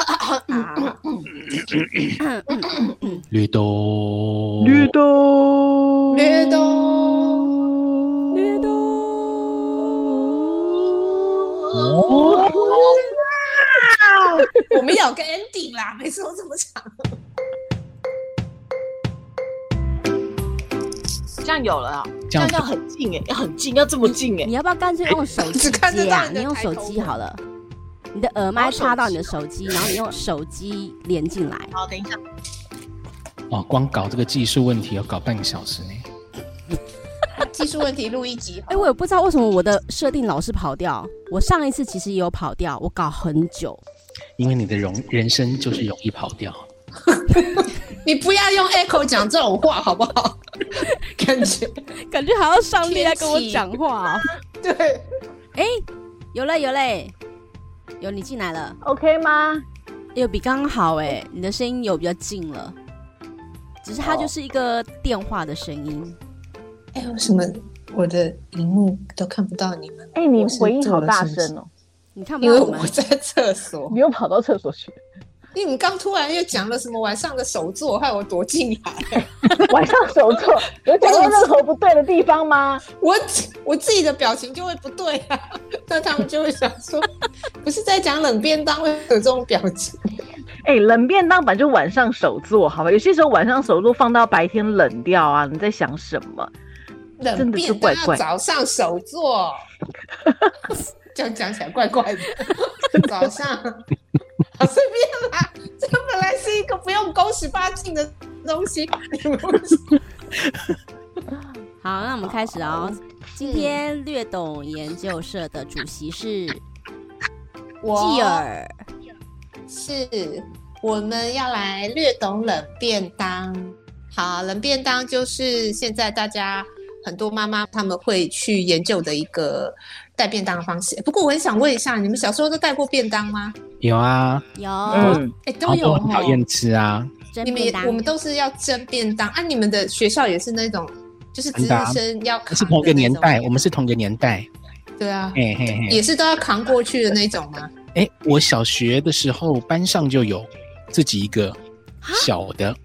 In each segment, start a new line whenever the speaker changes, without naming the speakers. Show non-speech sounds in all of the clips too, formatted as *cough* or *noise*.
啊，
绿豆，
绿豆，
绿豆，
绿豆，
哦我们有个 ending 啦，每次都这么长。
这样有了啊，
这样
要很近哎，要很近，要这么近哎
你，要不要干脆用手机 *laughs*
只看得
接
到
啊？
你的
你用手机好了，你的耳麦插到你的手机，然后你用手机连进来。
好，等一下，
哦，光搞这个技术问题要搞半个小时呢。
技术问题录一集，
哎、我也不知道为什么我的设定老是跑掉。我上一次其实也有跑掉，我搞很久。
因为你的容人生就是容易跑掉。
你不要用 echo 讲这种话好不好？感觉
*laughs* 感觉好像上帝在跟我讲话、哦。
对，
哎、有嘞有嘞，有你进来了，
，OK 吗？
有比刚刚好哎、你的声音有比较近了，只是它就是一个电话的声音。
哎，为什么我的荧幕都看不到你们？
哎，你
我是
回应好
做
大
了什
声
么
哦，
你看不
因为
到我们
我，在厕所。
你又跑到厕所去。
因为你刚突然又讲了什么晚上的手作，害我躲进来。
晚上手作有讲过任何不对的地方吗？
我我自己的表情就会不对啊，那他们就会想说，不是在讲冷便当会有这种表情。
*laughs* 哎、冷便当本来就晚上手做，好吧？有些时候晚上手做放到白天冷掉啊，你在想什么？
冷
真的是
便当
怪
要
怪
早上手
*laughs*
做，这样讲起来怪怪的。早上，好随便啦，这本来是一个不用勾十八禁的东西，你们为
*laughs*
什么
好，那我们开始哦。
嗯
今天略懂研究社的主席是
我
继尔，
是我们要来略懂冷便当。好，冷便当就是现在大家很多妈妈他们会去研究的一个带便当的方式。不过我很想问一下，你们小时候都带过便当吗？
有啊，
有、
嗯，
哎，都
好
有
多很
哈
讨。厌吃啊，
真
你们
便
也
当
我们都是要蒸便当啊！你们的学校也是那种，就是值
真
日
的啊
生要扛
是同一个
的那
年
种
代，我们是同一个年代。
对啊，
嘿嘿嘿，
也是都要扛过去的那种吗？
哎，我小学的时候班上就有自己一个小的
啊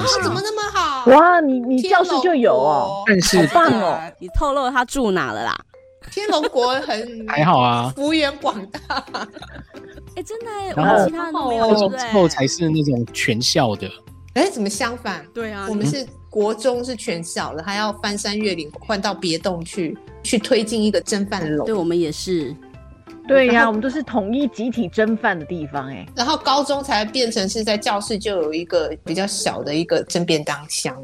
怎么
箱，
那么好？
哇，你你
天
教室就有
龙
哦，
但是
国！
好棒哦！
你透露他住哪了啦？
天龙国很
*laughs* 还好啊。
幅员广大，
哎、真的哎、我
然后
们其他人都没有，
哦
对不
之后才
对？
是那种全校的，
哎，怎么相反？
对啊
我
嗯
们是国中是全校的，还要翻山越岭换到别栋去，去推进一个蒸饭
对
楼。
我们也是。
对呀、
然后
我们都是统一集体蒸饭的地方、哎，
然后高中才变成是在教室就有一个比较小的一个蒸便当箱，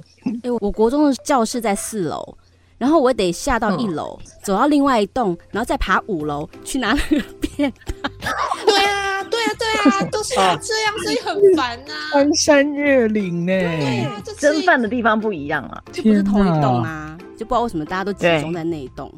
哎、我国中的教室在四楼，然后我得下
嗯
到一楼，走到另外一栋，然后再爬五楼去拿那
*laughs*
个便。
对啊，对啊，对啊，都是这样，所以很烦呐、啊。
*laughs*
翻山越岭呢、
哎
对啊，这是
蒸饭的地方不一样啊。
就不是同一
天
栋
哪
啊，就不知道为什么大家都集中在那一栋。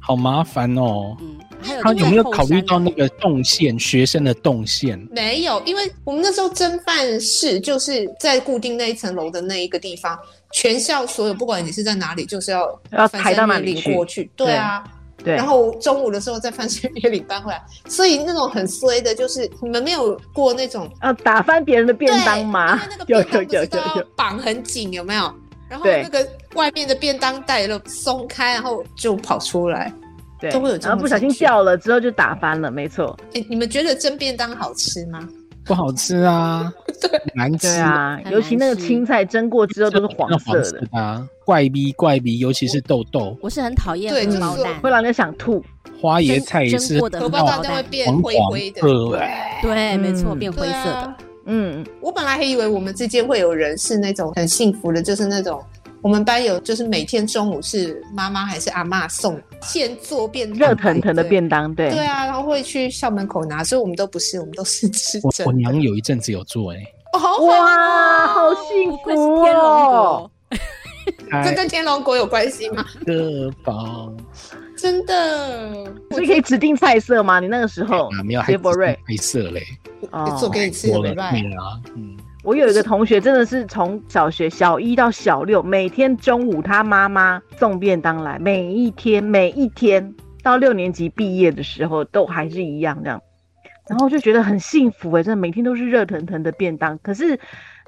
好麻烦哦。
嗯，还有
他有没有
就在
考
后
虑
山哦
到那
的
个动线，学生的动线？
没有，因为我们那时候蒸饭室就是在固定那一层楼的那一个地方，全校所有不管你是在哪里，就是要
要
翻
排到
山
哪
越
里
岭
去
过去。对啊，
对，
然后中午的时候再翻山越岭搬回来，所以那种很衰的，就是你们没有过那种
要打翻别人的便
对
当吗
因为那个？
有
便当
有
不
有
是都
有
要
有，
绑很紧，有没有？然后
对
那个外面的便当袋都松开，然后就跑出来。
对
都会有这种
然后不小心
情绪
掉了之后就打翻了，没错，
哎，你们觉得蒸便当好吃吗？
不好吃
*laughs*
啊，难吃
对。啊，
很
尤其那个
难吃
青菜蒸过之后都是黄色
色 *laughs*
的，
的啊，怪逼怪逼，尤其是豆豆、
我是很讨厌
对
荷
就是
包
说
蛋
会，让人想吐。
花椰菜也是
蒸过的
荷
荷
包蛋
包
就会
蛋。
变
哦黄
灰
黄
灰的。
呃，
对，没错，
嗯
变灰
对
色的。
啊。
嗯，
我本来还以为我们之间会有人是那种很幸福的，就是那种我们班有，就是每天中午是妈妈还是阿妈送现做便当，
热腾腾的便当，对，
对啊，然后会去校门口拿，所以我们都不是，我们都是吃
我
蒸
我
的。
娘有一阵子有做哎、
哦好哦好
哇，好
不
幸
愧是
福
天龙
哦
国！，
这
欸，
跟天龙国有关系吗？
个包
真的，
所以可以指定菜色吗？你那个时候
啊，没有，，还
杰博瑞
黑色嘞，
哦
做给你吃
我
没
了
办法。
对啊，嗯，
我有一个同学，真的是从小学小一到小六，每天中午他妈妈送便当来，每一天每一天到六年级毕业的时候都还是一样这样。然后就觉得很幸福哎、真的每天都是热腾腾的便当。可是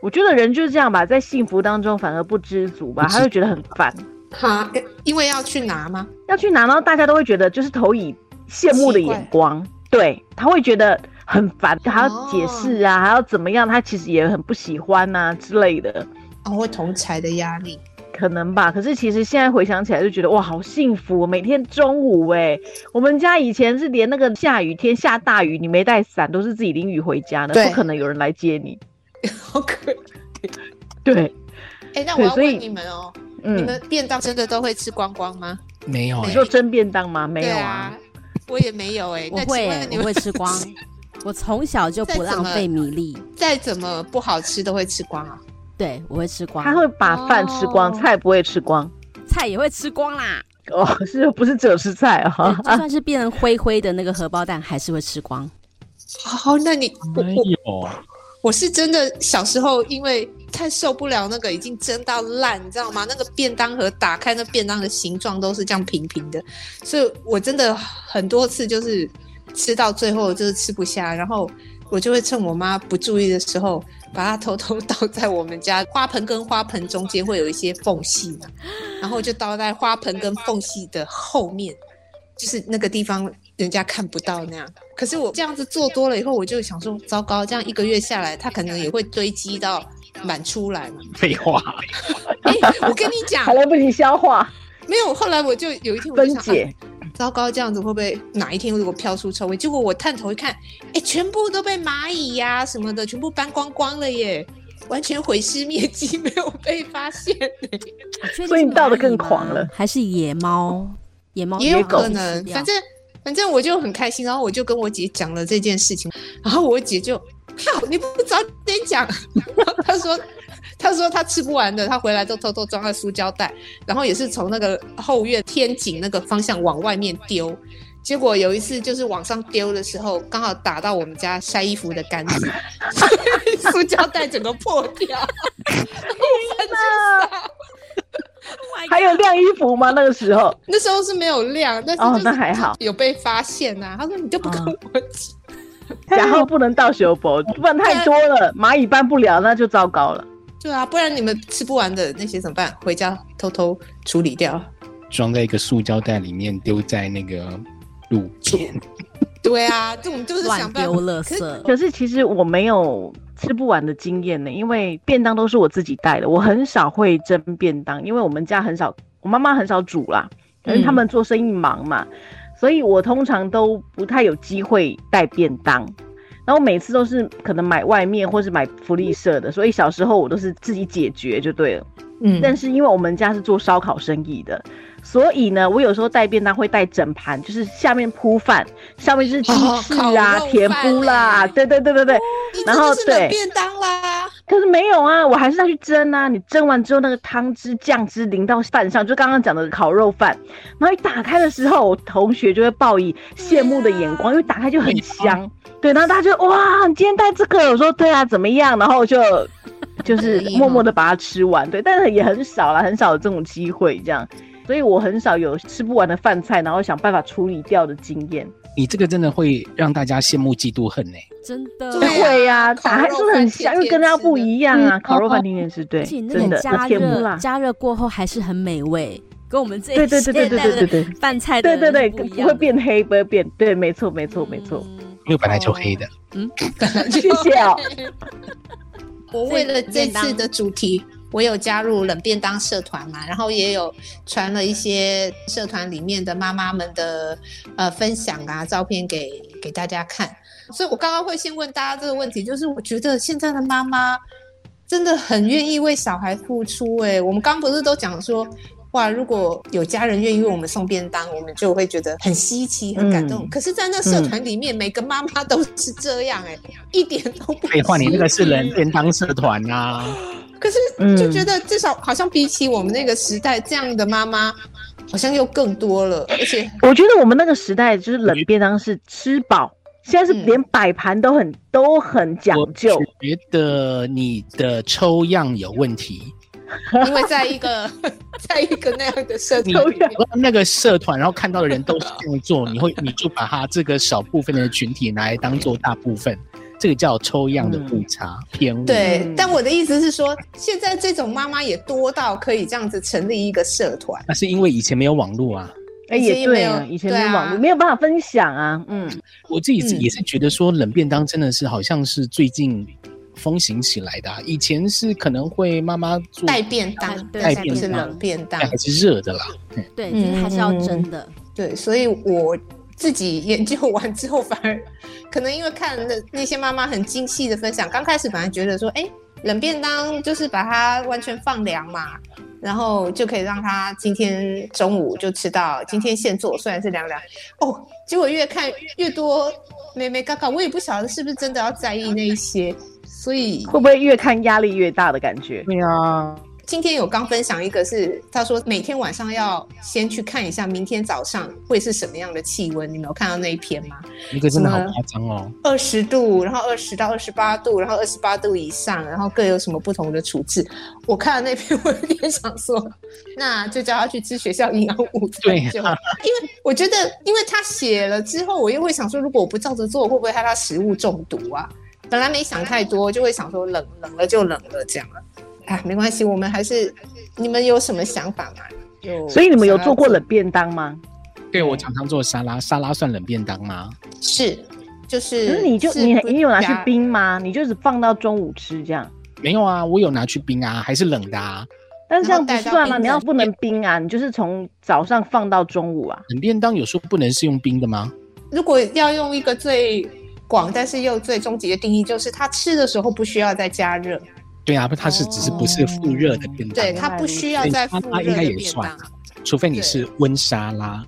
我觉得人就是这样吧，在幸福当中反而不知足吧，
不知
他就觉得很烦，
哈，因为要去拿吗？
要去拿，然后大家都会觉得就是投以羡慕的眼光，对他会觉得很烦，还要
哦
解释啊，还要怎么样，他其实也很不喜欢呐、之类的。
哦，会同财的压力。
可能吧，可是其实现在回想起来就觉得哇，好幸福！哦每天中午哎、我们家以前是连那个下雨天下大雨，你没带伞都是自己淋雨回家的，
对
不可能有人来接你。
好可
对，
哎、那我要
对所以
问你们哦，你
嗯，
们便当真的都会吃光光吗？
没有哎、
你说蒸便当吗？没
对
有
啊，我也没有哎、
我
那
会
请
欸
问，你
我
们
会吃光，我从小就不浪费米粒，
再怎么不好吃都会吃光啊？
对我会吃光，
他会把饭吃光，
哦
菜不会吃光。
菜也会吃光啦。
哦， *laughs* 是不是只有吃菜
*laughs*
对
啊？
就算是变成灰灰的那个荷包蛋，还是会吃光。
好，那你我
没
我
有，
我是真的小时候因为太受不了那个已经蒸到烂，你知道吗？那个便当盒打开，那便当的形状都是这样平平的，所以我真的很多次就是吃到最后就是吃不下，然后我就会趁我妈不注意的时候，把它偷偷倒在我们家花盆跟花盆中间会有一些缝隙嘛，然后就倒在花盆跟缝隙的后面，就是那个地方人家看不到那样。可是我这样子做多了以后，我就想说，糟糕，这样一个月下来，它可能也会堆积到满出来嘛。*laughs*
废话，
哎、我跟你讲
还，来不及消化
没有。后来我就有一天我就
分
想，
解，
糟糕，这样子会不会哪一天如果飘出臭味？结果我探头一看，哎、全部都被蚂蚁呀、什么的全部搬光光了耶，完全毁尸灭迹，没有被发现。
我确定
所以
是
你倒得
蚂蚁
更
吗
狂了
还是野猫？野猫
也有
把它
可
吃
能，
掉
反正反正我就很开心，然后我就跟我姐讲了这件事情，然后我姐就，靠，你不早点讲， *laughs* 然后她说。她说她吃不完的，她回来都偷偷装在塑胶袋，然后也是从那个后院天井那个方向往外面丢。结果有一次就是往上丢的时候，刚好打到我们家晒衣服的杆子， *laughs* 塑胶袋整个破掉。 *laughs*
还有晾衣服吗？那个时候
那时候是没有晾，但是
哦
就是
那还好
有被发现呐、她说你都不跟
嗯
我讲。
然后不能倒修博，不然太多了，蚂蚁搬不了，那就糟糕了。
对啊，不然你们吃不完的那些怎么办？回家偷偷处理掉。
装在一个塑胶袋里面，丢在那个路边。
对啊，这种就是
乱
想办
丢
法。
垃
可
圾。
可是其实我没有吃不完的经验呢，因为便当都是我自己带的，我很少会蒸便当，因为我们家很少，我妈妈很少煮啦，因为他们做生意忙嘛，所以我通常都不太有机会带便当。然后每次都是可能买外面或是买福利社的，所以小时候我都是自己解决就对了。
嗯
但是因为我们家是做烧烤生意的，所以呢，我有时候带便当会带整盘，就是下面铺饭，上面就是鸡
哦
翅
烤
啊、
肉
甜
饭
不啦，
欸
对对对对对。
你这
然后
就是冷
对
便当啦。
可是没有啊，我还是要去蒸啊。你蒸完之后，那个汤汁、酱汁淋到饭上，就刚刚讲的烤肉饭。然后一打开的时候，我同学就会报以羡慕的眼光，因为打开就很香。对，然后大家就哇，你今天带这个，我说对啊，怎么样？然后就就是
可以哦
默默的把它吃完。对，但是也很少啦，很少有这种机会这样。所以我很少有吃不完的饭菜，然后想办法处理掉的经验。
你这个真的会让大家羡慕、嫉妒、恨呢、
真的
对啊
会呀、
烤
打开
肉
真的很
饭
香，
天
因为跟
天
大家
吃
不
的
一样啊。
嗯
烤肉
哦
饭天天吃，对，
而且那
真
个
的
加
甜不
热
辣。
加热过后还是很美味，跟我们这一
对对对对
现代
对对对
的饭菜的
对对对，
不
跟
一
不
样
会变黑，不会变，对，没错，没错，没错。
嗯
因为本来就黑的。
谢谢哦，
我为了这次的主题，我有加入冷便当社团嘛，然后也有传了一些社团里面的妈妈们的呃分享啊照片给给大家看。所以我刚刚会先问大家这个问题，就是我觉得现在的妈妈真的很愿意为小孩付出、欸。我们刚不是都讲说。哇！如果有家人愿意为我们送便当，我们就会觉得很稀奇、很感动。
嗯
可是，在那社团里面，每个妈妈都是这样、欸，哎，一点都不。
废话，你那个是人便当社团啊，
可是就觉得至少好像比起我们那个时代，这样的妈妈好像又更多了，而且
我觉得我们那个时代就是冷便当是吃饱，现在是
嗯
连摆盘都很都很讲
我
究。
觉得你的抽样有问题。
因为在一个在一个那样的社团里面，
那个社团，然后看到的人都是这样做，你会你就把它这个少部分的群体拿来当做大部分，这个叫抽样的误差、偏误。
对
嗯。
但我的意思是说，现在这种妈妈也多到可以这样子成立一个社团。
那是因为以前没有网络啊。
哎，
以前
也
也没
对
有
啊，以前
对
没有网
啊
络，没有办法分享啊。嗯，
我自己是
嗯
也是觉得说冷便当真的是好像是最近风行起来的、啊，以前是可能会妈妈做
带便当，
对
但
带
现在是
便当
冷便当
但，还是热的啦。
对，这个还是要真的。
对，所以我自己研究完之后，反而可能因为看了那些妈妈很精细的分享，刚开始反而觉得说，哎，冷便当就是把它完全放凉嘛，然后就可以让它今天中午就吃到今天现做，虽然是凉凉哦。结果越看越多妹妹嘎嘎，我也不晓得是不是真的要在意那一些，所以
会不会越看压力越大的感觉？
对啊，
今天有刚分享一个是，他说每天晚上要先去看一下，明天早上会是什么样的气温？你们有看到那一篇吗？
那个真的好
什么
夸张哦。
二十度，然后二十到二十八度，然后二十八度以上，然后各有什么不同的处置？我看了那篇， *laughs* 我有点想说，那就叫他去吃学校营养午餐
对啊
就好。因为我觉得，因为他写了之后，我又会想说，如果我不照着做，会不会害他食物中毒啊？本来没想太多，就会想说冷冷了就冷了这样了。啊，没关系，我们还是你们有什么想法吗？有
所以你们有
想要
做过冷便当吗？
对我常常做沙拉，沙拉算冷便当吗？
是，就是
可是你就是你
不
你有拿去
加
冰吗？你就只放到中午吃这样？
没有啊，我有拿去冰啊，还是冷的啊。
但是
然
这样
后
不
带到
算啊，
冰
你要
箱
不能冰啊，你就是从早上放到中午啊。
冷便当有时候不能是用冰的吗？
如果要用一个最广但是又最终极的定义，就是它吃的时候不需要再加热，
对啊，它是只是不是复热的便当，
对，
原
它
来
不
如
需
此
要
所以
再
沙
复
拉
热
应该
的
也
便
算
当
啊。，除非你是温沙拉。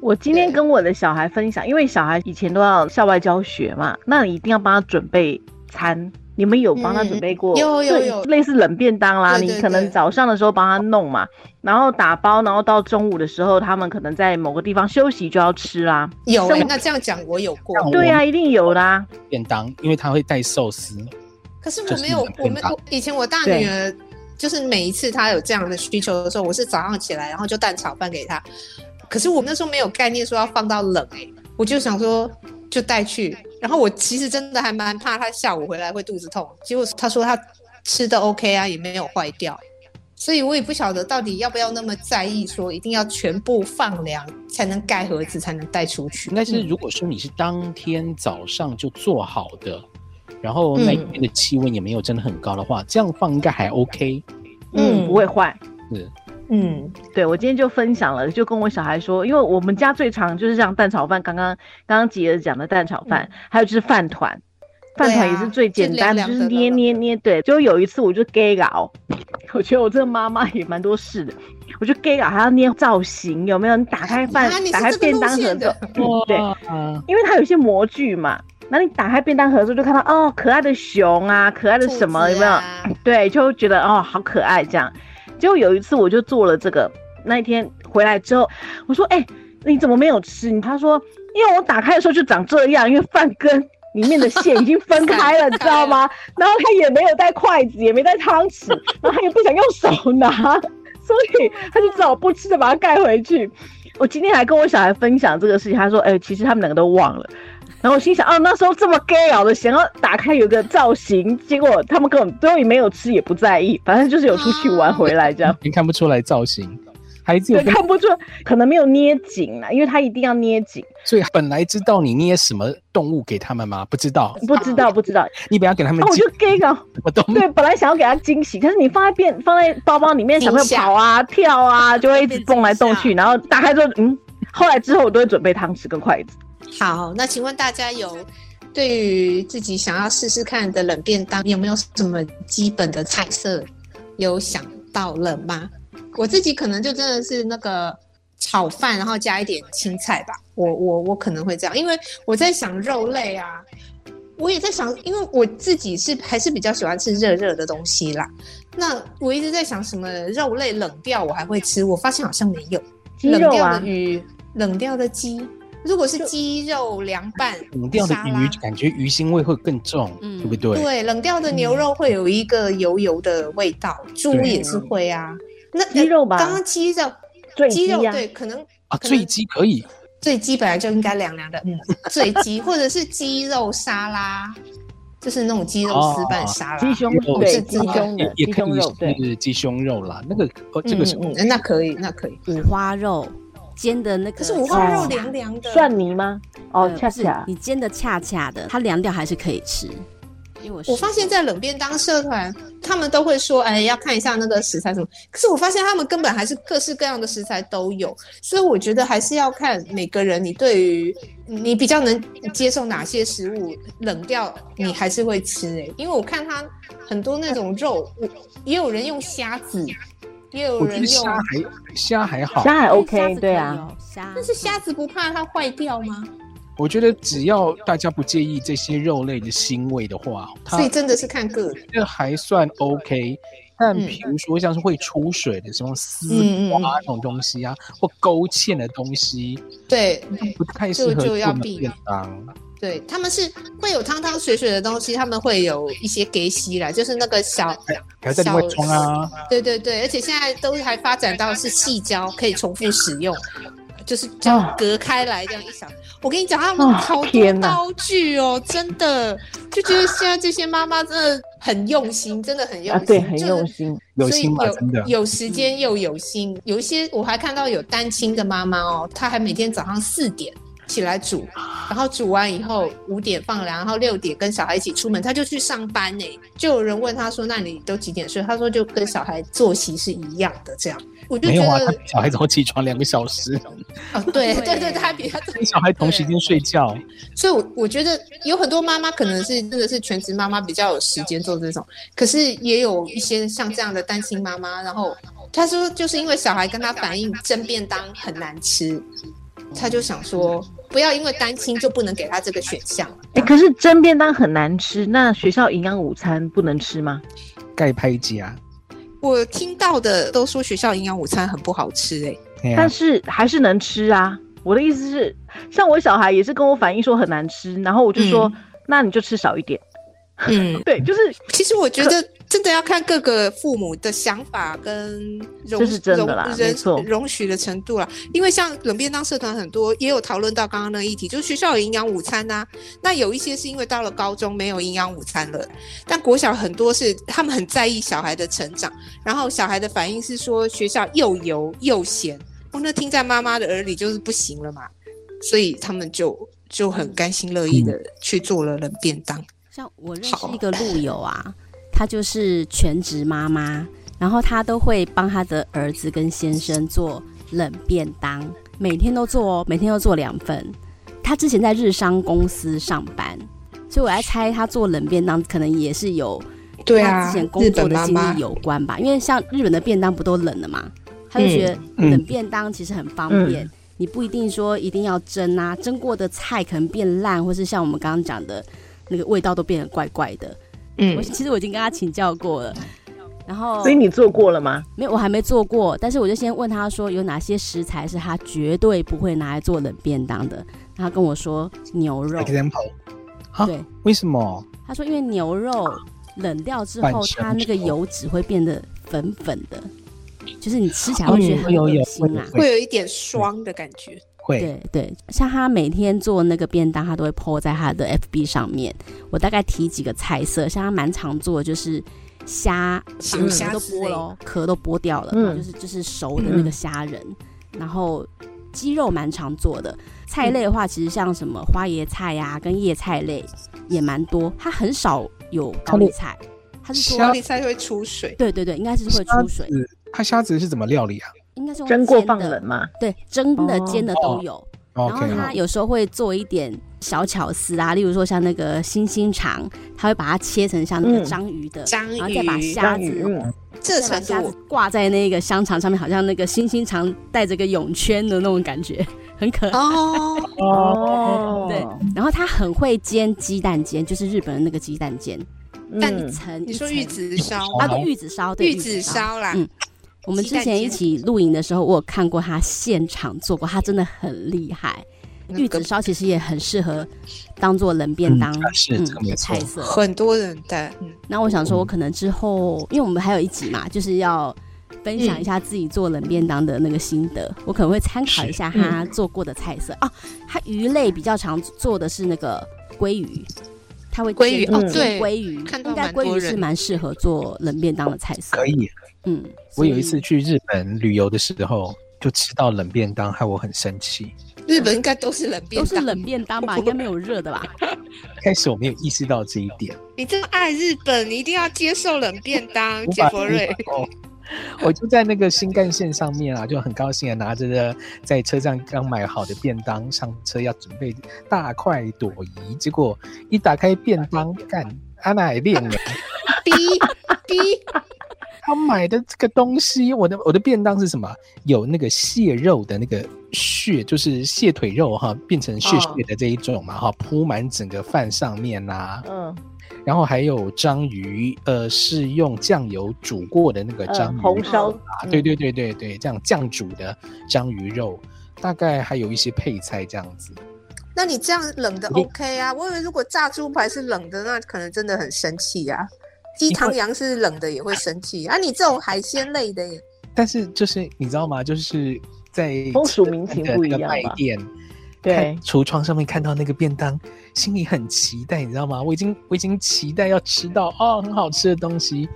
我今天
对
跟我的小孩分享，因为小孩以前都要校外教学嘛，那你一定要帮他准备餐。你们有帮他准备过？
嗯有有
对
有
类似冷便当啦，
对对
你可
对
能早上的时候帮他弄嘛，然后打包，然后到中午的时候，他们可能在某个地方休息就要吃啦。
有、欸，那这样讲我有过，
我
对呀、啊，一定有啦。
便当，因为它会带寿司。
可是我
就是
没有
冷，
我
便
们
当
我以前我大
对
女儿就是每一次她有这样的需求的时候，我是早上起来然后就蛋炒饭给她，可是我那时候没有概念说要放到冷哎、我就想说就带去，然后我其实真的还蛮怕她下午回来会肚子痛，结果她说她吃的 OK 啊，也没有坏掉。所以我也不晓得到底要不要那么在意，说一定要全部放凉才能盖盒子，才能带出去
应。该是如果说你是当天早上就做好的，然后那一天的气温也没有真的很高的话，这样放应该还 OK。
嗯
嗯，不会坏。
是，
嗯，
对，我今天就分享了，就跟我小孩说，因为我们家最常就是像蛋炒饭，刚刚刚刚吉儿讲的蛋炒饭，还有就是饭团，
嗯对啊
饭团也是最简单的，
就
就
凉凉
是
的
捏捏捏。对，就有一次我就 gay 搞，我觉得我这个妈妈也蛮多事的，我就 gay 搞还要捏造型，有没有？你打开饭，
啊你是
打开
这个
便当
路
盒
线
之后
的，
对，
哇，
因为它有一些模具嘛，那你打开便当盒的时候就看到哦，可爱的熊啊，可爱的什么，
兔
有
子
没有？
啊
*laughs* 对，就会觉得哦，好可爱这样。结果有一次我就做了这个，那一天回来之后，我说：“哎、你怎么没有吃？”他说：“因为我打开的时候就长这样，因为饭跟里面的馅已经分开了，你知道吗？然后他也没有带筷子，也没带汤匙，然后他也不想用手拿，所以他就只好不吃的把它盖回去。”我今天还跟我小孩分享这个事情，他说：“哎、其实他们两个都忘了。”然后我心想，哦，那时候这么 gay 佬的，想要打开有个造型，结果他们根本最后也没有吃，也不在意，反正就是有出去玩回来
*laughs*
这样。
你看不出来造型，孩子有
对，
跟，
看不出，可能没有捏紧啊啦，因为他一定要捏紧。
所以本来知道你捏什么动物给他们吗？不知道，
不知道，不知道。
你本来啊给他们
那我
寄
就 gay 佬，
什么动物？
对，本来想要给他惊喜，但是你放在便放在包包里面，小朋
惊
友
吓
跑啊跳啊，就会一直
变
动来
惊吓
动去，然后打开之后，嗯，后来之后我都会准备汤匙跟筷子。
好，那请问大家有对于自己想要试试看的冷便当，有没有什么基本的菜色有想到了吗？我自己可能就真的是那个炒饭，然后加一点青菜吧。我我我可能会这样，因为我在想肉类啊，我也在想，因为我自己是还是比较喜欢吃热热的东西啦。那我一直在想什么肉类冷掉我还会吃，我发现好像没有。
鸡
冷
肉
掉
啊
的，鱼、冷掉的鸡、如果是鸡肉凉拌
冷掉的
沙拉
鱼，感觉鱼腥味会更重，
嗯
对不对？
对，冷掉的牛肉会有一个油油的味道，猪
对啊
也是会啊。那
鸡肉吧
刚刚鸡肉，
醉
鸡肉
鸡呀，
对，可能
啊，
可能
醉鸡可以，
醉鸡本来就应该凉凉
嗯
的，醉鸡或者是鸡肉沙拉，就是那种鸡肉丝
哦
拌沙拉。
鸡胸
肉
对
是
鸡
这样
胸
也
的
也
鸡
可
胸肉，对
以是鸡胸肉啦。那个哦，这个是
嗯嗯，那可以，那可以。
五花肉煎的那个，
可是五花肉
哦
凉凉的，
蒜泥吗？
呃
哦，
不
恰
是
恰
你煎的恰恰的，它凉掉还是可以吃。因为我
我
我
发现，在冷便当社团，他们都会说，哎，要看一下那个食材什么。可是我发现他们根本还是各式各样的食材都有，所以我觉得还是要看每个人，你对于你比较能接受哪些食物，冷掉你还是会吃、哎，因为我看他很多那种肉，我也有人用虾子，也有
我觉
人
得
用，
虾还虾还好，
虾还
因为虾子
OK，
可
对
以
啊，
哦，虾
但是虾子不怕它坏掉吗？
我觉得只要大家不介意这些肉类的腥味的话，它
所以真的是看个人。
这还算 OK。但
嗯
比如说像是会出水的，什么丝
嗯嗯嗯
瓜那种东西啊，或勾芡的东西，
对，
不太适合
就就
做
要
冷
避
便当。
对，他们是会有汤汤水水的东西，他们会有一些给洗啦，就是那个小，
哎
还要再另外冲啊，
对对对，而且现在都还发展到是细胶可以重复使用，就是这样
啊
隔开来这样一小。我跟你讲，他们
啊
好多
天哪
道具哦，真的就觉得现在这些妈妈真的很用心，真的很用
啊，
心，
对，很
就是
用心。
有
所以
心吧，
有
真的。
有时间又有心。有一些我还看到有单亲的妈妈哦，她还每天早上四点起来煮，然后煮完以后五点放凉，然后六点跟小孩一起出门，她就去上班呢。就有人问她说：“那你都几点睡？”她说：“就跟小孩作息是一样的。”这样，我就
没
觉
有啊，
得
他比小孩早起床两个小时，
哦，对
对
对 *laughs* 对，她比她早
跟小孩同时间睡觉，
所以我，我觉得有很多妈妈可能是真的是全职妈妈比较有时间做这种，可是也有一些像这样的单亲妈妈，然后她说就是因为小孩跟她反映蒸便当很难吃，她就想说不要因为单亲就不能给她这个选项。
哎，可是蒸便当很难吃，那学校营养午餐不能吃吗？
盖拍啊家。
我听到的都说学校营养午餐很不好吃、欸，
哎呀
但，是还是能吃啊。我的意思是，像我小孩也是跟我反映说很难吃，然后我就说，
嗯
那你就吃少一点。
嗯，
对，就是
其实我觉得真的要看各个父母的想法跟容
这是真的啦
容
没错
容容许的程度啦。因为像冷便当社团很多也有讨论到刚刚那个议题，就是学校有营养午餐呐、那有一些是因为到了高中没有营养午餐了，但国小很多是他们很在意小孩的成长，然后小孩的反应是说学校又油又咸，哦，那听在妈妈的耳里就是不行了嘛，所以他们就就很甘心乐意的去做了冷便当。
像我认识一个路友啊，她就是全职妈妈，然后她都会帮她的儿子跟先生做冷便当，每天都做哦，每天都做两份。她之前在日商公司上班，所以我在猜她做冷便当可能也是有
对
她
啊
之前，工
日
作
本
的
妈
经
妈
历有关吧。因为像日本的便当不都冷的嘛，她就觉得
嗯
冷便当其实很方便。
嗯
你不一定说一定要蒸啊，蒸过的菜可能变烂，或是像我们刚刚讲的那个味道都变得怪怪的。
嗯
我其实我已经跟他请教过了，然后
所以你做过了吗？
没有我还没做过，但是我就先问他说有哪些食材是他绝对不会拿来做冷便当的。他跟我说牛
哎
肉，
，example，啊
对，
为什么？
他说因为牛肉冷掉之
半
后，
生
它那个
熟
油脂会变得粉粉的，就是你吃起来会觉得
哦
很
有有
恶
有
心啊。
会有一点霜的感觉。
会，
对对，像他每天做那个便当，他都会 PO 在他的 FB 上面。我大概提几个菜色，像他蛮常做的就是虾，把
咸
壳
虾
都
之
剥
类
了，壳都剥掉了，
嗯
然后就是就是熟的那个虾仁，然后鸡肉蛮常做的。菜类的话，其实像什么花椰菜呀、跟叶菜类也蛮多，他很少有高丽菜，他是
虾
高
说。
丽菜会出水，
对对对，应该是会
虾
出水，
子，它虾子是怎么料理啊
应该是用
蒸过
煎
放
的
冷，吗？
对，蒸的、
哦
煎的
哦
都有。然后
？OK，
他
好
有时候会做一点小巧思啊，例如说像那个星星肠，他会把它切成像那个
嗯
章鱼的，
章
然后再把
鱼
虾
章鱼
子。
嗯，
这
再把
程
虾子
度
挂在那个香肠上面，好像那个星星肠带着个泳圈的那种感觉， *laughs* 很可爱。
哦，
哦，
对然后他很会煎鸡蛋煎，就是日本的那个鸡蛋煎，蛋一
嗯，
层
你
一
说
层。
玉子烧
啊，
烧
对，玉子烧，对，
玉子。烧啦，
嗯我们之前一起露营的时候，我有看过他现场做过，他真的很厉害。
那
玉
个
子烧其实也很适合当做冷便当，
嗯是
嗯
这个没
的菜色。
错
很多人带，嗯
那我想说，我可能之后，因为我们还有一集嘛，就是要分
嗯
享一下自己做冷便当的那个心得，我可能会参考一下他
嗯
做过的菜色、啊。他鱼类比较常做的是那个鲑鱼，他会
鲑鱼
煎
哦
煎
对
鲑鱼，
看到
应该
蛮多
鲑鱼
人
是蛮适合做冷便当的菜色。
可以。
嗯，所
我
以
有一次去日本旅游的时候，就吃到冷便当，害我很生气。
日本应该都是冷便
都是
当。
冷便当吧，应该没有热的吧？ *laughs*
开始我没有意识到这一点，
你这么爱日本，你一定要接受冷便当
我
杰
把
佛瑞。
哦，我就在那个新干线上面啊，就很高兴的拿着的在车上刚买好的便当上车，要准备大快朵颐。结果一打开便当，干安娜也练了，
逼逼，
他买的这个东西，我的我的便当是什么？啊有那个蟹肉的那个血，就是蟹腿肉哈，变成
嗯
血
哦
血的这一种嘛哈，铺满整个饭上面呐、
嗯，
然后还有章鱼，呃，是用酱油煮过的那个章
呃，
鱼、
红烧
啊，对对对对对，这样酱煮的章鱼肉，大概还有一些配菜这样子。
那你这样冷的
我就
OK 啊？我以为如果炸猪排是冷的，那可能真的很生气呀、啊。鸡汤羊是冷的也会生气啊！你这种海鲜类的也，
但是就是你知道吗？就是在
风俗民情不一样吧
卖店，
对哎
看，橱窗上面看到那个便当，心里很期待，你知道吗？我已经我已经期待要吃到哦很好吃的东西，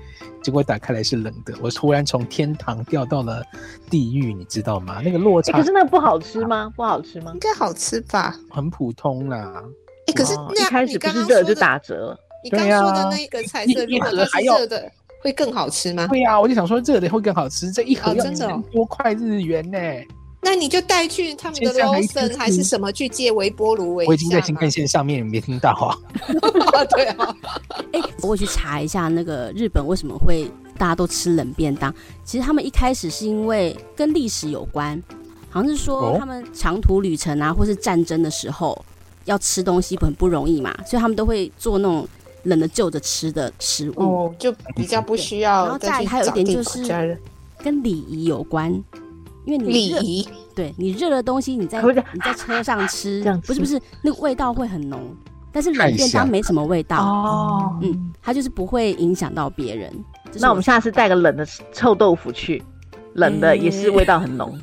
结果打开来是冷的，我突然从天堂掉到了地狱，你知道吗？那个落
诶
差
哎可是那个不好吃吗？不好吃吗
应？该好吃吧？
很普通啦。
哎、可是
哦
那
一开
样
始
你
不
刚
是
刚
热
说
就
的，
打折，
你刚
对啊
刚说的那一个菜色，
一
如
一
果
盒
它
还
是
要
热的，会更好吃吗？
对呀、我就想说热的会更好吃，这一盒
哦
要
真的哦
1000多块日元呢、
那你就带去他们的
先上来一次
Lawson 还是什么去借微波炉微一下嘛？
我已经在新干线上面没听到啊，
*laughs*
*laughs*
对啊，
哎、我有去查一下那个日本为什么会大家都吃冷便当。其实他们一开始是因为跟历史有关，好像是说
哦
他们长途旅程啊，或是战争的时候要吃东西很不容易嘛，所以他们都会做那种冷的就着吃的食物，
哦，就比较不需
嗯然
要
后
再
再
去
还有一
找
点
地
就
方
是
加热
跟礼仪有关。因为你
礼
热
仪
对你热的东西，你在
可不可以
你在车上吃，
这样
不是不
吃
是那个味道会很浓，但是
太
冷便
香
当没什么味道，
哦
嗯，它就是不会影响到别人。这是
那我们下次带个冷的臭豆腐去，冷的也是味道很浓，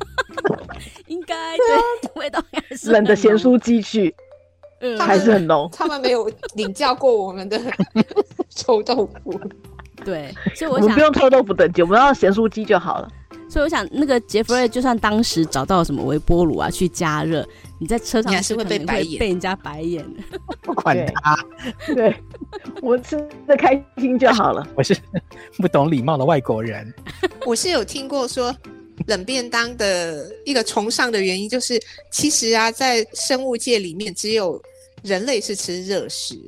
应该对味道还是
冷的
很
咸
浓
酥鸡去
嗯
他
还是很浓。
他们没有领教过我们的 *laughs* 臭豆腐， *laughs*
对，所以
我
我
们
想
不，用臭豆腐等级，我们要咸酥鸡就好了。
所以我想，那个杰弗瑞就算当时找到什么微波炉啊去加热，你在车上
你还是
吃
会
可
被
能
白眼
被人家白眼。
不管
对
他，
对，我们吃的开心就好了。
我是 *laughs* 不懂礼貌的外国人。
我是有听过说。冷便当的一个崇尚的原因就是，其实啊，在生物界里面，只有人类是吃热食，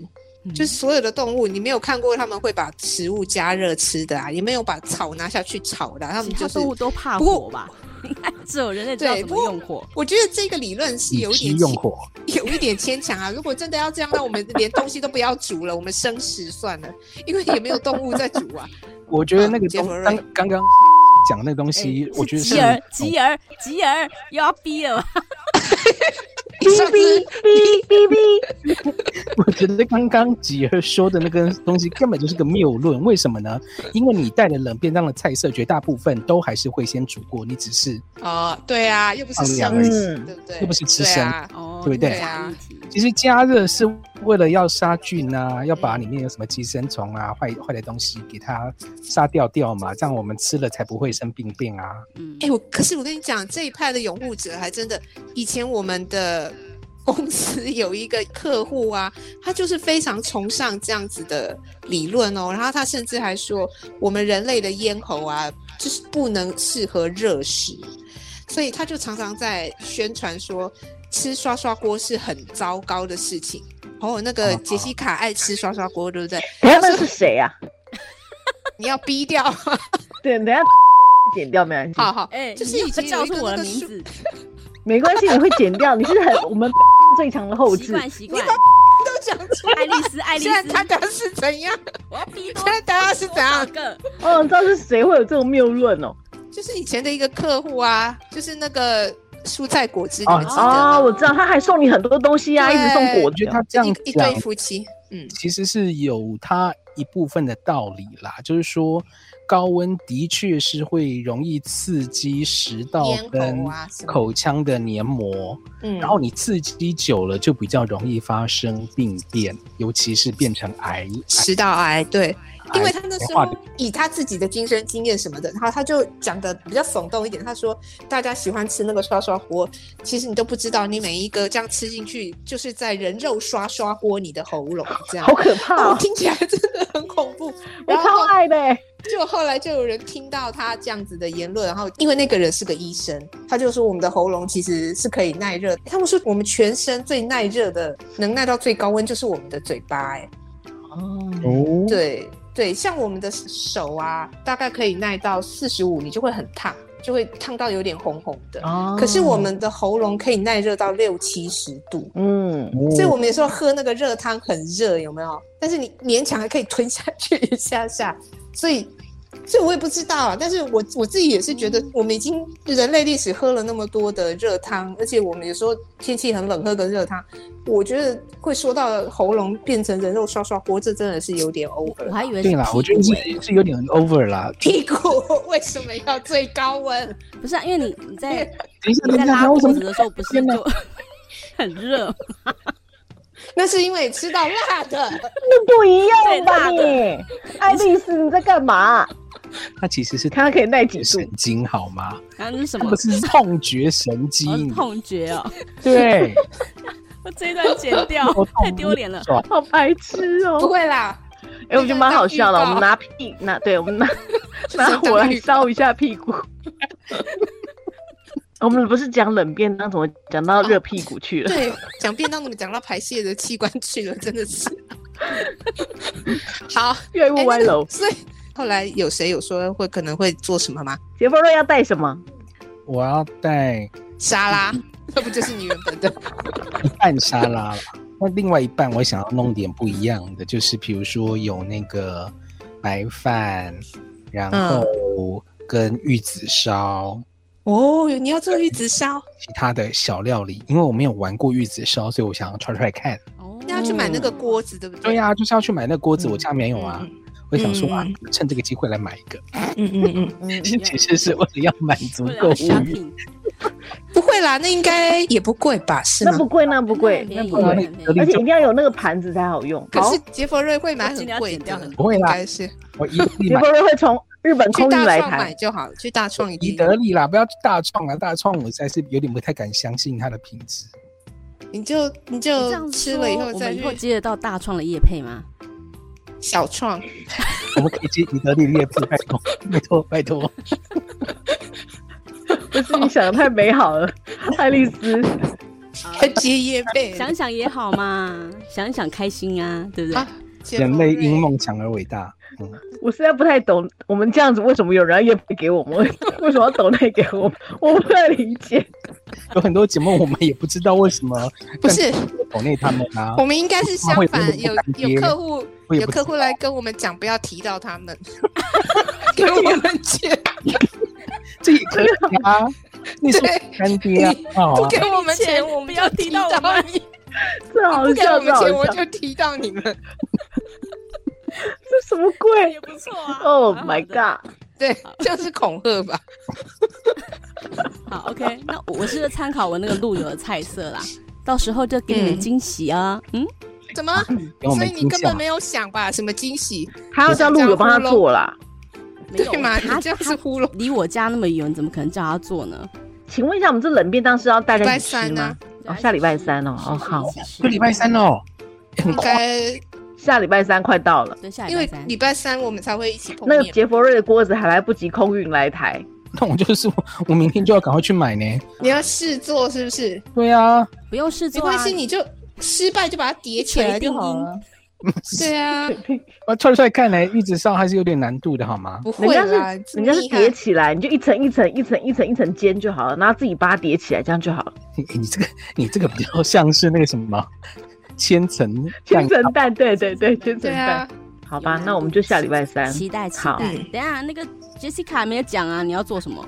嗯
就是所有的动物，你没有看过他们会把食物加热吃的啊，也没有把草拿下去炒的、啊，他
其
们
他
就是
动物都怕
不过
火吧？ *laughs* 应该只有人类知道
对
怎
不
么
过
用火。
我觉得这个理论是
以
有一
之
点
用
牵 *laughs*
火，
有一点牵强啊。如果真的要这样，那我们连东西都不要煮了，我们生食算了，因为也没有动物在煮啊。
我觉得那个
嗯杰
东
弗瑞哎
刚刚刚讲那个东西，我觉得是
哎吉儿，吉儿，吉儿又要逼了吧？
你上次
哔哔哔，
我觉得刚刚吉儿说的那个东西根本就是个谬论。为什么呢？因为你带的冷便当的菜色，绝大部分都还是会先煮过，你只是
哦，对啊，又不是
放凉
生
而已
食，
嗯
对不对？
又不是吃
对
生
啊。
哦，
*laughs* 对不对
这是假议题
其实加热是为了要杀菌啊，要把里面有什么寄生虫啊、坏坏的东西给它杀掉掉嘛，这样我们吃了才不会生病病啊。
嗯
哎、，我可是我跟你讲，这一派的拥护者还真的，以前我们的 *laughs* 公司有一个客户啊，他就是非常崇尚这样子的理论哦。然后他甚至还说，我们人类的咽喉啊，就是不能适合热食，所以他就常常在宣传说，吃刷刷锅是很糟糕的事情。哦，那个
哦
杰西卡爱吃刷刷锅，对不对？
等一下那是谁啊？
你要逼
*laughs*
掉，
对，等一下 *laughs* 剪掉没关系，
好好，
哎，
就是
你又
以前有
叫
一
出
个
我
那个
的名
书
字，
没关系，你会剪掉。你是很我们最强的后
习
置，
惯习
*laughs*
惯。
都讲出
爱丽丝，爱丽
现在他
丝，
的是怎样？ *laughs*
我要逼多
现在答案是怎样
多少个？
哦，你知道是谁会有这种谬论哦？
就是以前的一个客户啊，就是那个蔬菜果汁，你
哦
们记得吗
哦，我知道，他还送你很多东西啊，一
对
直送果
我觉
子
得。他这样
一一
讲
对夫妻，嗯，
其实是有它一部分的道理啦，就是说高温的确是会容易刺激食道
咽
跟
喉啊什么
口腔的黏膜，
嗯，
然后你刺激久了就比较容易发生病变，尤其是变成癌。
食道癌，对，因为
癌
他那时
癌化
候
的
以他自己的亲身经验什么的，然后他就讲的比较耸动一点，他说大家喜欢吃那个刷刷锅，其实你都不知道，你每一个这样吃进去，就是在人肉刷刷锅你的喉咙这样
好。可怕
那我
哦！
*laughs* 听起来真的很恐怖，
*laughs* 我
然后
超爱的欸，
就后来就有人听到他这样子的言论，然后因为那个人是个医生，他就说我们的喉咙其实是可以耐热，他们说我们全身最耐热的，能耐到最高温就是我们的嘴巴、哎，
哦，
对对，像我们的手啊，大概可以耐到四十五，你就会很烫，就会烫到有点红红的。
哦
可是我，们的喉咙可以耐热到六七十度，
嗯，
所以我们有时候喝那个热汤很热，有没有？但是你勉强还可以吞下去一下下，所以，所以我也不知道啊。但是我我自己也是觉得，我们已经人类历史喝了那么多的热汤，而且我们有时候天气很冷喝个热汤，我觉得会说到喉咙变成人肉刷刷锅，这真的是有点 over
我。还以为是
对啦，我觉得
屁
是
股欸
是有点 over 啦。
屁股为什么要最高温？
不是、啊，因为你你在
等一下，
你
等
在
一下，
拉
他为什
肚
么
子的时候不是
天哪
就很热吗？
那是因为吃到辣的，
那不一样
最大
吧
的
你？爱丽丝，你在干嘛？
他其实是
看他可以耐几度
神？经好吗？
然后是什
他
么
不？是痛觉神
哦是
经，
痛觉哦，
*laughs*
对，
我这一段剪掉
头，痛
太丢脸了。
爽
好白痴
*laughs* 不
哦！
会啦，
哎，我觉得蛮好笑的。
那
我
个当预告
们拿屁拿，对，我们 *laughs* 拿
是 *laughs*
拿
当
火来
预告
烧一下屁股。 *laughs* 我们不是讲冷便当，怎么讲到热屁股去了？
对，讲便当怎么讲到排泄的器官去了，真的是。好，
越入
哎
歪楼。
所以后来有谁有说会可能会做什么吗？
杰弗瑞要带什么？
我要带
沙拉，那不就是你原本的？
一半沙拉啦， *laughs* 那另外一半我想要弄点不一样的，就是比如说有那个白饭，然后跟玉子烧，
哦，你要做玉子烧，
其他的小料理。因为我没有玩过玉子烧，所以我想要揣揣看。
哦，
那要去买那个锅子，对不对？
对呀、就是要去买那锅子，我家没有啊。
嗯
我想说
嗯
啊
嗯，
趁这个机会来买一个，
嗯嗯嗯，
嗯，
其实是为了要满足
要
购物欲。
shopping，
不会啦，那应该也不贵吧？是
那
吗
不？贵，那不贵，那
那很
不贵。
便宜很
合
便宜
理
而且一定要有那个盘子才好用。
可
好，
是杰佛瑞会买
我尽
很
量
贵
剪掉
的
很，
不会
应
啦，
该是
我一定
杰 *laughs*
买
弗瑞会从日本
去
空运
大
来
创买
台。
就好，去大创一
宜
定。
得利啦，不要去大创啦，大创我实在是有点不太敢相信它的品质。
你就你
你这样
就
说
吃了以后
我
再
们以后
去
接得到大创的业配吗？
小创，
我们可以接宜得利的业配，拜托，拜托，拜托。
不是你想的太美好了，爱丽丝。
还接叶贝
啊想想也好嘛，想想开心啊，对不对？
啊，杰佛
人类因
瑞
梦想而伟大。嗯，
我实在不太懂，我们这样子为什么有人要夜配给我们？ *laughs* 为什么要抖内给我们？我不太理解。
有很多节目我们也不知道为什么
*laughs* 不是，
抖内他们啊
我，们应该是相
会不会
反，
不
有
敢接
有客户
我也
有
不知
客户来跟我们讲，不要提到他
*laughs*
们，给我们钱，
这也可以
*laughs*
啊。你是
对
干爹啊
你？
好
不
啊
给我们
钱
钱，我们
不要
就
提
提
到
到
我们
你；
这好
不给我
笑，这
们
好
钱，我
笑，
就提到你们。
这什么鬼
也不错啊
？Oh
蛮好
my
的
god！
*laughs*
对，像是恐吓吧。
好，OK，那我是参考我那个路友的菜色啦，到时候就给你们
嗯
惊喜啊。嗯，
怎么？
给我
所
们
以你
惊
根
吓
本。没有想吧？什么惊喜？
还要叫路友帮他做啦。
没有
对吗？你
他
这样是
他
糊
*laughs*
弄。
离我家那么远，你怎么可能叫他做呢？
请问一下，我们这冷便当是要大
礼
家
拜
一起吃
三啊
吗
呢？？
哦下礼拜三哦
是
哦好，
是是
这礼拜三哦，很
应
快。
该
下礼拜三快到了，
对，下礼
因为
拜三
礼。拜三我们才会一起碰
那
面
个。杰佛瑞的锅子还来不及空运来台，
*laughs* 那我就是我，我明天就要赶快去买呢。
你要试做是不是？
对啊，
不用试
没
做啊，
关系，你就失败就把它叠起来就好了。 *laughs* 对啊，
我踹踹看来，玉子烧还是有点难度的，好吗？
不
人
会
家
啦，
是
这么
人家是
厉害
叠起来，你就一层一层一层一层一层煎就好了，然后自己把它叠起来，这样就好了。
你你这个你这个比较像是那个什么千层
千 *laughs*
蛋
层蛋，对对对，千层
对
蛋。
啊，
好
有
吧，
难
那我们就下礼拜三。
期待期
好
待。等一下那个 Jessica 还没有讲啊，你要做什么？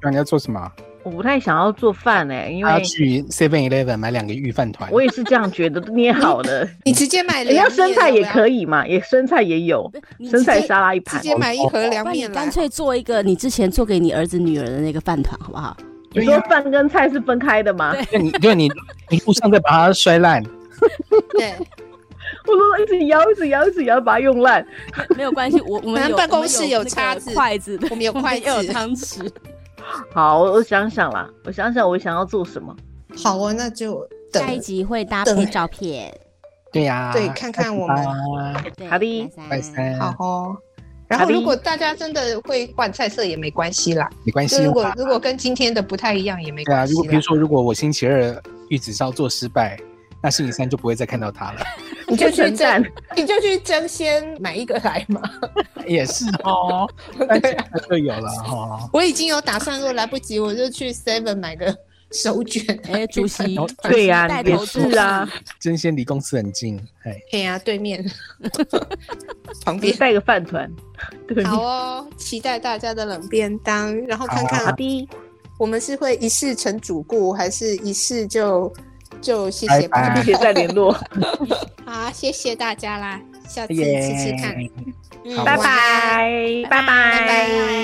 糕，你要做什么？
我不太想要做饭哎、因
还
啊
要
为
去 Seven Eleven 买两个预饭团。
我也是这样觉得，捏好的。
你直接买
人
凉
家
面，
生菜也
以，哦
可以嘛，也生菜也有
不是你
生
直
菜
接
沙拉一
直
盘。
接买一盒凉
不然你
面来
干。脆做一个你之前做给你儿子女儿的那个饭团，好不好？
你说饭跟菜是分开的吗？
对
就你就你一路上再把它摔烂，
对，
我说一直摇，一直摇，一直摇，把它用烂。
没有关系，我我
我
们
们
有
办
我们
公室
有
有
那个
叉子
筷子，对
我们有
我们
筷
也有
子
汤匙。
好，我想想啦，我想想，我想要做什么？
*laughs* 好啊，那就等
下一集会搭
等
配照片，
对呀、
*laughs* 对看看我们
们
对，
好的
拜
拜三，
好哦。然
好
后，
的
如果大家真的会换菜色也没关系啦，
没关
就
系
如
啦
果。如果跟今天的不太一样也没
对啊，
关系
如果比如
啦，
说，如果我星期二玉子烧做失败，那星期三就不会再看到它了。 *laughs*
你就去
蒸蛋
蒸，你就去争先买一个来嘛。
也是哦，但是
啊
就有了哦。
我已经有打算，如果来不及，我就去 Seven 买个手卷。 *laughs*
哎，主席，
然后
主席
对呀、
带
也
头做
是啊，，
真仙离公司很近，哎，
哎呀，对面 *laughs* 旁
你
边。
带个饭团。 *laughs* 对，
好哦，期待大家的冷便当，然后看
好啊
看
的，
我们是会一世成主顾，还是一世就就谢谢吧
拜拜
谢谢再联络，
好，谢谢大家啦，下次
耶
吃吃看，嗯
好
拜
晚安
拜，
拜
拜拜
拜。